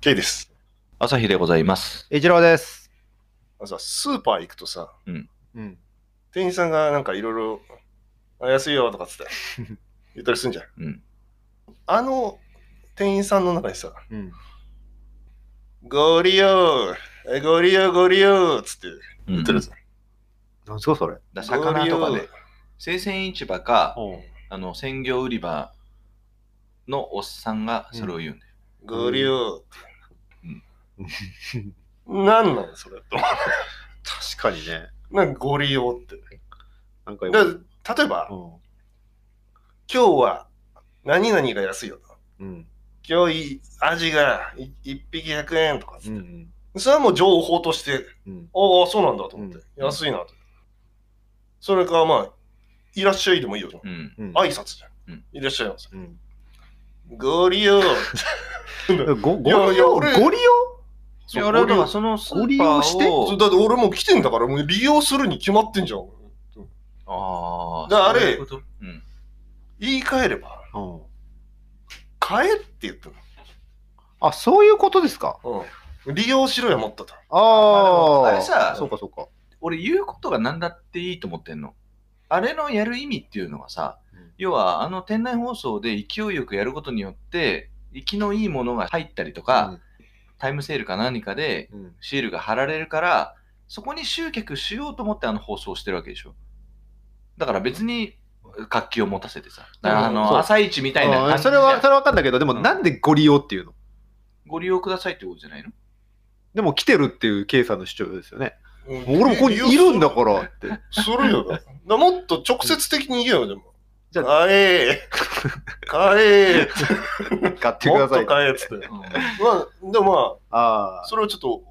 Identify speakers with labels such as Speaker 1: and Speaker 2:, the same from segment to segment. Speaker 1: K です。
Speaker 2: 朝日でございます。
Speaker 3: 一郎です。
Speaker 1: あのさ、スーパー行くとさ、
Speaker 3: うん。
Speaker 1: 店員さんがなんかいろいろ、あ安いよとかっつって 言ったりするんじゃん。
Speaker 2: うん。
Speaker 1: あの店員さんの中にさ、
Speaker 3: うん。
Speaker 1: ご利用えご利用ご利用っつって
Speaker 2: うん
Speaker 1: 言ってるやつ。
Speaker 3: 何すかそれ。
Speaker 2: だ魚とか
Speaker 1: ご利
Speaker 2: で
Speaker 1: 用、
Speaker 2: 生鮮市場か、
Speaker 3: お
Speaker 2: あの鮮魚売り場のおっさんがそれを言うんだよ。
Speaker 1: ご利用
Speaker 2: うん。
Speaker 1: なんなのそれと。
Speaker 3: 確かにね。
Speaker 1: なんかご利用って。
Speaker 3: なんか
Speaker 1: だ
Speaker 3: 今。
Speaker 1: 例えば、
Speaker 3: う
Speaker 1: 今日は何々が安いよと。
Speaker 3: ん。
Speaker 1: 今日いいアジがい1匹100円とかっつ
Speaker 3: う
Speaker 1: って、
Speaker 3: ん。
Speaker 1: それはもう情報として
Speaker 3: うん。
Speaker 1: ああ、そうなんだと思って。
Speaker 2: うん
Speaker 1: 安いなと。それか、まあ、いらっしゃいでもいいよと。
Speaker 2: うん。
Speaker 3: うん。
Speaker 1: 挨拶じゃん。
Speaker 2: うん
Speaker 1: いらっしゃいます。
Speaker 3: うん。
Speaker 1: ご利用。
Speaker 3: ご、ご利
Speaker 1: いやいや
Speaker 3: 用。
Speaker 1: 俺
Speaker 3: ご利用。
Speaker 2: い
Speaker 1: そう
Speaker 2: や、俺は
Speaker 1: ご利
Speaker 2: だか
Speaker 1: 用
Speaker 2: らそのス
Speaker 3: ご
Speaker 2: ー
Speaker 3: 利
Speaker 2: パ
Speaker 3: 用して
Speaker 2: ーを
Speaker 1: そう、だって俺もう来てんだから、もう利用するに決まってんじゃん。
Speaker 2: ああ、
Speaker 1: だから
Speaker 2: そういうことうん。
Speaker 1: 言い換えれば、
Speaker 3: うん。
Speaker 1: 買えって言った
Speaker 3: あ、そういうことですか。
Speaker 1: の。うん。利用しろよ、もっとと。
Speaker 3: ああ。
Speaker 2: あれさ
Speaker 3: そうか、そうか。
Speaker 2: 俺言うことが何だっていいと思ってんの。あれのやる意味っていうのはさ、
Speaker 3: うん
Speaker 2: 要はあの店内放送で勢いよくやることによって、生きのいいものが入ったりとか、タイムセールか何かで
Speaker 3: うん。うん。
Speaker 2: シールが貼られるから、そこに集客しようと思ってあの放送をしてるわけでしょ。だから別に活気を持たせてさ、だからあ
Speaker 3: そう
Speaker 2: の朝市みたいな感
Speaker 3: あー
Speaker 2: じ
Speaker 3: そ
Speaker 2: で
Speaker 3: れは、それは分かんだけど、でも、
Speaker 2: うん
Speaker 3: なんでご利用っていうの。
Speaker 2: ご利用くださいってことじゃないの
Speaker 3: でも、来てるっていう、K さんの主張ですよね。
Speaker 1: うん
Speaker 3: 俺もここにいるんだからって。
Speaker 1: するよ。だからもっと直接的に言えよ、でも。
Speaker 3: じゃ
Speaker 1: 買え買え
Speaker 3: 買ってく
Speaker 1: も
Speaker 3: だ
Speaker 1: っ
Speaker 3: さ
Speaker 1: と
Speaker 3: い。
Speaker 1: 買えっつって。まあ、でもま
Speaker 3: あ
Speaker 1: あ、
Speaker 3: あ。
Speaker 1: それをちょっと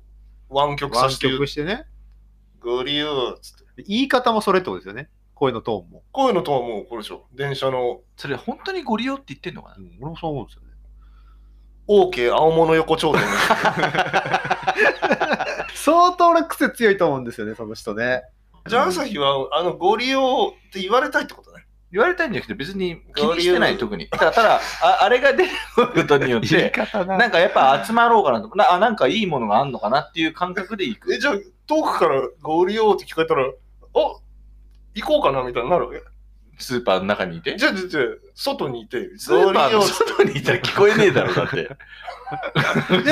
Speaker 1: 湾曲さ
Speaker 3: 湾
Speaker 1: せて言う
Speaker 3: 曲してね。
Speaker 1: ご利用っつって。
Speaker 3: 言い方もそれってことですよね。声のトーンも。
Speaker 1: こういうのとはもうこれでしょ。電車の
Speaker 2: それ本当にご利用って言ってんのかな
Speaker 3: うん、俺もそう思うんですよね。
Speaker 1: OK 青物横丁 店
Speaker 3: 相当俺癖強いと思うんですよね、その人ね。
Speaker 1: じゃあ朝日は、あの、ご利用って言われたいってことね。
Speaker 2: 言われたいんじゃなくて別に気にしてない特に。ただ、ただああれが出ることによっ
Speaker 3: 言い
Speaker 2: て、
Speaker 3: 方な。
Speaker 2: なんかやっぱ集まろうかなとな、あなんかいいものがあんのかなっていう感覚で行く。
Speaker 1: え、じゃあ、遠くからご利用って聞かれたら、あ行こうかなみたいになるわけ
Speaker 2: スーパーの中にいて。
Speaker 1: じゃあ、じゃあじゃあ、外にいて、
Speaker 2: スーパーの
Speaker 1: っつって
Speaker 2: 外にいたら聞こえねえだろ、だって。
Speaker 3: で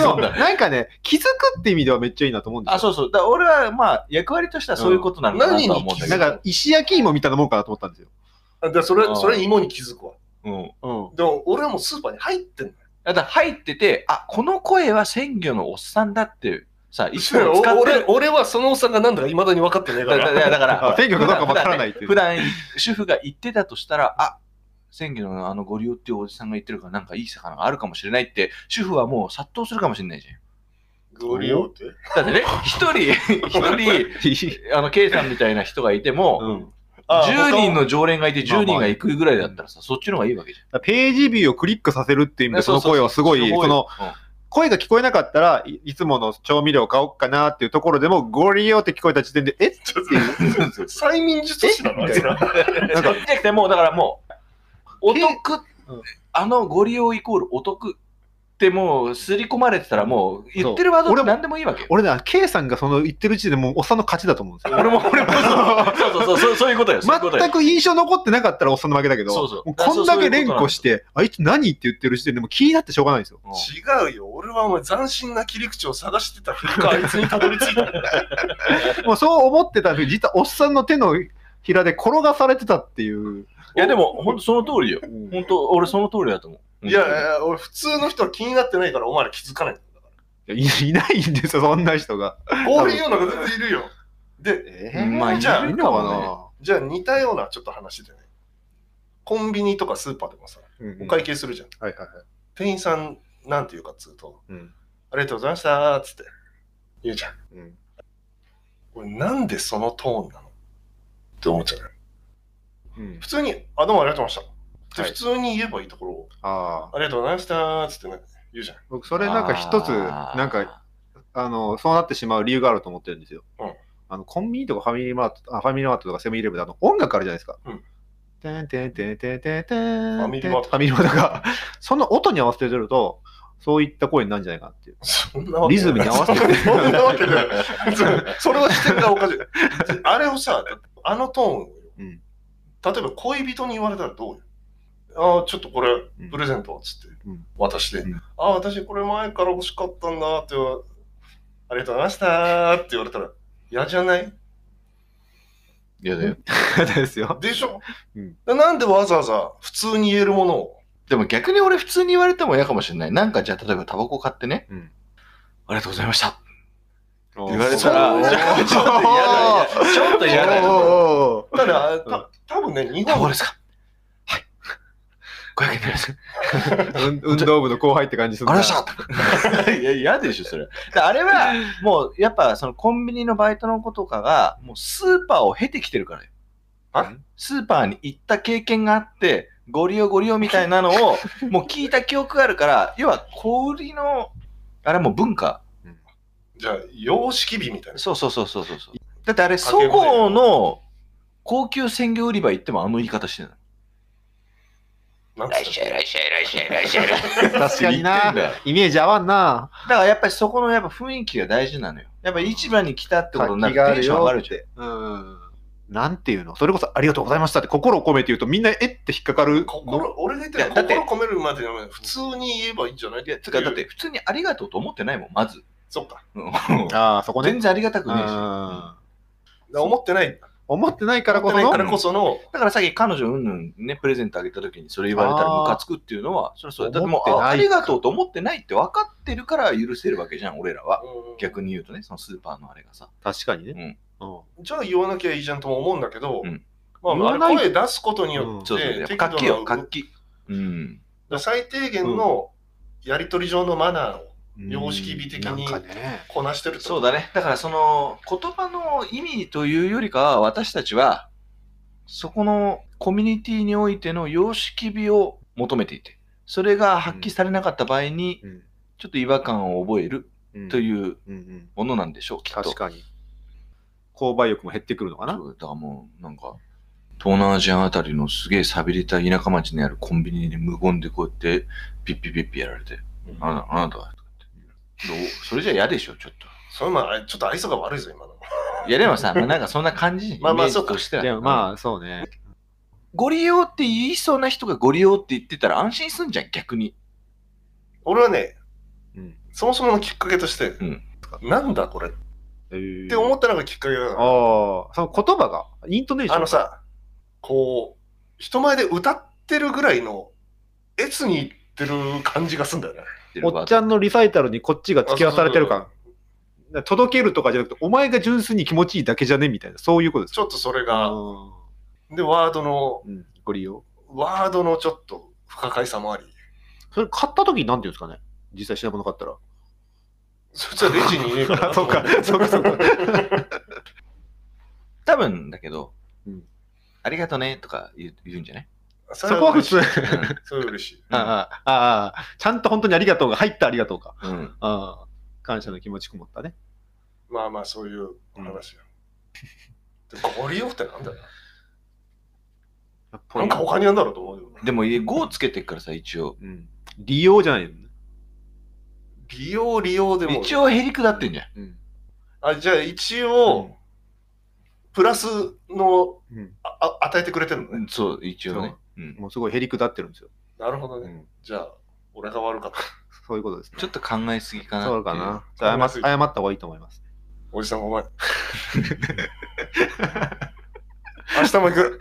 Speaker 3: も、
Speaker 2: そうだ
Speaker 3: なんかね、気づくって意味ではめっちゃいいなと思うんですよ。
Speaker 2: あ、そうそう。だから俺は、まあ、役割としてはそういうことなのかなとは思うんだけ
Speaker 3: な
Speaker 2: ど。
Speaker 3: んか、石焼き芋みたいなもんかなと思ったんですよ。
Speaker 1: あでそれ
Speaker 2: あ、ー
Speaker 1: それ芋に気づくわ。
Speaker 2: うん。
Speaker 3: うん。
Speaker 1: でも、俺はもうスーパーに入ってんのよ。
Speaker 2: だから入ってて、あ、この声は鮮魚のおっさんだっていう、さ、一
Speaker 1: いや
Speaker 2: 緒に使っ て
Speaker 1: 俺
Speaker 2: る。
Speaker 1: 俺はそのおっさんが何だか未だに分かってねえか
Speaker 2: だだ
Speaker 1: ら。
Speaker 2: だだから
Speaker 3: あ、鮮魚かどうかわから
Speaker 2: い。
Speaker 3: ないっていう。
Speaker 2: 普段、主婦が言ってたとしたら、あ、鮮魚のあのご利用っていうおじさんが言ってるから、なんかいい魚があるかもしれないって、主婦はもう殺到するかもしれないじゃん。
Speaker 1: ご利用って。
Speaker 2: だ ってね、一人、一人、あの、K さんみたいな人がいても、
Speaker 3: うん、
Speaker 1: あ
Speaker 2: 10人
Speaker 1: 他
Speaker 2: の常連がいて10人が行くぐらいだったらさ、そっちの方がいいわけじゃん。
Speaker 3: ページビューをクリックさせるっていう意味で、その声はすごい、その、声が聞こえなかったらい、いつもの調味料買おうかなっていうところでも、ご利用って聞こえた時点で、え
Speaker 1: 催眠術師なのあいつら。
Speaker 2: なんか、じゃなくてもう、だからもう、お得
Speaker 1: うん、
Speaker 2: あのご利用イコールお得ってもう、刷り込まれてたらもう、言ってるワード
Speaker 3: そう
Speaker 2: で何でもいいわけよ。
Speaker 3: 俺な、K さんがその言ってる時点でもうおっさんの勝ちだと思うんですよ。
Speaker 2: 俺も、俺も、そうそうそうそうそう、そういうことよ。そういうことよ
Speaker 3: 全く印象残ってなかったらおっさんの負けだけど、
Speaker 2: そうそう
Speaker 3: もこんだけ連呼して、あいつ何って言ってる時点でもう気になってしょうがないんで すよ。
Speaker 2: う
Speaker 1: 違うよ。俺はお前斬新な切り口を探してた結果、あいつにたどり 着いたんだよ。
Speaker 3: もうそう思ってたのに実はおっさんの手のひらで転がされてたっていう。
Speaker 2: んいや、でも、ほんとその通りよ。
Speaker 3: うん
Speaker 2: ほんと、俺その通りだと思う。
Speaker 1: いやいやいや、俺普通の人は気になってないから、お前ら気づかないんだか
Speaker 3: いいないんですよ、そんな人が。
Speaker 1: ら。こういうような方全然いるよ。で、
Speaker 3: え
Speaker 2: まあ
Speaker 3: じゃあ、
Speaker 2: い
Speaker 3: い
Speaker 2: る
Speaker 3: る
Speaker 2: か
Speaker 3: か
Speaker 2: も
Speaker 3: も
Speaker 2: ね
Speaker 3: な。
Speaker 1: じゃあ似たようなちょっと話でね。コンビニとかスーパーでもさ、
Speaker 3: うん
Speaker 1: お会計するじゃん。
Speaker 3: はいはいはい。
Speaker 1: 店員さん、なんて言うかっつうと、
Speaker 3: うん
Speaker 1: ありがとうございましたーっつって言うじゃん。
Speaker 3: うん
Speaker 1: これなんでそのトーンなのって思っちゃう。
Speaker 3: うん
Speaker 1: 普通に、あ、どうもありがとうございました。
Speaker 3: はい
Speaker 1: で普通に言えばいいところを、
Speaker 3: ああ、
Speaker 1: ありがとうございましたーっつってね、言うじゃん。
Speaker 3: 僕、それなんか一つ、
Speaker 2: あー
Speaker 3: なんか、、あの、そうなってしまう理由があると思ってるんですよ。
Speaker 1: うん
Speaker 3: あの、コンビニとかファミリーマート、あファミリーマートとかセブンイレブンであの音楽あるじゃないですか。
Speaker 1: うん
Speaker 3: てんてんてんてんてんてんてん。
Speaker 1: ァミリーマート
Speaker 3: ファミリーマートが、その音に合わせて出ると、そういった声になるんじゃないかなっていう。
Speaker 1: そんなわけ
Speaker 3: リズムに合わせて。
Speaker 1: そんなわけない。それは視点がおかしい。あれをさ、あのトーンをよ、
Speaker 3: うん
Speaker 1: 例えば恋人に言われたらどうよああ、ちょっとこれ
Speaker 3: ん、
Speaker 1: プレゼントっつって、
Speaker 3: うん
Speaker 1: 渡して、
Speaker 3: うん
Speaker 1: ああ、私これ前から欲しかったんだって言わ、ありがとうございましたって言われたら、嫌じゃない
Speaker 2: いやだよ。
Speaker 3: ですよ。
Speaker 1: でしょ、
Speaker 3: うん
Speaker 1: でなんでわざわざ普通に言えるものを、
Speaker 2: でも逆に俺普通に言われても嫌かもしれない。なんかじゃあ例えばタバコ買ってね、
Speaker 3: うん
Speaker 2: ありがとうございましたって
Speaker 3: 言
Speaker 2: 言われたら、
Speaker 1: そう
Speaker 2: ちょちょっと嫌だよ。ちょっと嫌だよ。
Speaker 1: ただ、た多分ね、日
Speaker 2: タバコ
Speaker 1: 本
Speaker 2: ですかはい。500円になりますか
Speaker 3: 運運動部の後輩って感じするな
Speaker 2: ありました いや、嫌でしょ、それ。であれは、もう、やっぱ、そのコンビニのバイトの子とかが、もうスーパーを経てきてるからよ
Speaker 1: あ。
Speaker 2: スーパーに行った経験があって、ご利用ご利用みたいな のを、もう聞いた記憶があるから、要は小売りの、あれもう文化。
Speaker 1: じゃあ、様式美みたいな。
Speaker 2: そうそうそうそうそうそう。だってあれ、そごうの高級鮮魚売り場行ってもあの言い方してない。
Speaker 1: なんつ
Speaker 2: ら
Speaker 1: っ
Speaker 2: っ
Speaker 1: た
Speaker 2: しゃいらっしゃいらっしゃい らっしゃいらっしゃい。
Speaker 3: 確かにな。イメージ合わんな。
Speaker 2: だからやっぱりそこのやっぱ雰囲気が大事なのよ。やっぱ市場に来たってことになるとテンション上がるじゃん。
Speaker 3: うん。なんていうのそれこそありがとうございましたって心を込めて言うとみんなえって引っかかる。
Speaker 1: 心俺が言って
Speaker 2: いやだって
Speaker 1: る心込めるまでじゃない普通に言えばいいんじゃない
Speaker 2: いや、つうか、だって、普通にありがとうと思ってないもん、まず。
Speaker 1: そっか
Speaker 2: うん
Speaker 3: ああ、そこね
Speaker 2: 全。然ありがたく
Speaker 3: う
Speaker 2: ねえし。
Speaker 3: ん
Speaker 1: 思ってない
Speaker 3: 思ってないからこそ
Speaker 1: 思ってないから
Speaker 3: の
Speaker 1: こその
Speaker 2: だからさっき彼女うんぬんね、プレゼントあげた時にそれ言われたら
Speaker 3: あー
Speaker 2: ムカつくっていうのは、それはそうだ。だって
Speaker 3: 思
Speaker 2: も
Speaker 3: って
Speaker 2: う
Speaker 3: ない
Speaker 2: あ、ありがとうと思ってないって分かってるから許せるわけじゃん、俺らは。逆
Speaker 1: に
Speaker 2: に言うとね、そのスーパーのあれがさ。
Speaker 3: 確かにね。うん
Speaker 1: じゃあ言わなきゃいいじゃんとも思うんだけど、
Speaker 2: うん
Speaker 1: まあまあ、
Speaker 3: 言わない
Speaker 1: 声出すことによって、
Speaker 2: そうそう。やっぱ
Speaker 1: 適
Speaker 2: 活気
Speaker 1: 度
Speaker 2: よ、
Speaker 1: な
Speaker 2: 活気。うん。
Speaker 1: 最低限のやり取り上のマナーを様式美的に
Speaker 3: なんかね。
Speaker 1: こなしてる
Speaker 2: そう
Speaker 1: だ
Speaker 2: だね。だからその言葉の意味というよりかは、私たちは、そこのコミュニティにおいての様式美を求めていて、それが発揮されなかった場合に、ちょっと違和感を覚えると
Speaker 3: う
Speaker 2: いう
Speaker 3: うん。
Speaker 2: ものなんでしょう、きっと。
Speaker 3: 確かに。購買欲も減ってくるのかな
Speaker 2: そうだからもう、なんか、東南アジアあたりのすげえ寂れた田舎町にあるコンビニに無言でこうやって、ピッピピッピやられて、あなた、あなたは、とかってどうそれじゃ嫌でしょ、ちょっと。
Speaker 1: それまあちょっと愛想が悪いぞ今の
Speaker 2: いや、でもさ、まあなんかそんな感じ、
Speaker 1: まあまあ
Speaker 2: イメージとしては
Speaker 3: でも
Speaker 2: あ、
Speaker 3: まあ、そうね。
Speaker 2: ご利用って言いそうな人がご利用って言ってたら安心すんじゃん、逆に。
Speaker 1: 俺はね
Speaker 3: うん
Speaker 1: そもそものきっかけとして、
Speaker 2: ん
Speaker 1: なんだこれっ
Speaker 3: って
Speaker 1: 思ったのがきっかけだから
Speaker 3: ああ、その言葉が、イントネーションが
Speaker 1: あの、さ、こう、人前で歌ってるぐらいの、エツにいってる感じがすんだよね。
Speaker 3: おっちゃ
Speaker 2: ん。
Speaker 3: んのリサイタルにこっちが付き合わされてる感。だから届けるとかじゃなくて、お前が純粋に気持ちいいだけじゃねみたいな、そういうことです
Speaker 1: ちょっとそれ
Speaker 3: か。
Speaker 1: が、で、ワードの、
Speaker 3: うん、ご利用。
Speaker 1: ワードのちょっと不可解さもあり、
Speaker 3: それ買った時になんていうんですかね実際品物買ったら。
Speaker 1: そっちはレジにいねえからなと思って。
Speaker 3: そうか、そうか。
Speaker 2: 多分だけど、
Speaker 3: うん
Speaker 2: ありがとねとか言う言うんじゃない、
Speaker 1: そ
Speaker 3: そこは普通。
Speaker 1: れ
Speaker 3: あ
Speaker 1: 嬉しい
Speaker 2: うん
Speaker 1: それは嬉しい。
Speaker 3: あ、ああ、ちゃんと本当にありがとうが入ったありがとうか。
Speaker 2: うん、
Speaker 3: ああ、感謝の気持ちこもったね。
Speaker 1: まあまあ、そういうお話よ。でご利用ってなんだよ。なんか他にあんだろうと思うよ。
Speaker 2: でも、5つけてっからさ、一応。
Speaker 3: うん。利用じゃないよね。
Speaker 1: 利用、利用でも。
Speaker 2: 一。応、へりくだってんじゃん。
Speaker 3: うん。
Speaker 1: あ、じゃあ一応、プラスの、
Speaker 3: うん。
Speaker 1: ああ与えてくれてるのね。
Speaker 2: そう、一応ね。うん
Speaker 3: もうすごいへりくだってるんですよ。
Speaker 1: なるほどね。
Speaker 3: ん。
Speaker 1: じゃあ、俺が悪かった。
Speaker 3: そういうことですね。
Speaker 2: ちょっと考えすぎかなってい
Speaker 3: そうかな。謝っ謝った方がいいと思います。
Speaker 1: おじさん お前。明日も行く。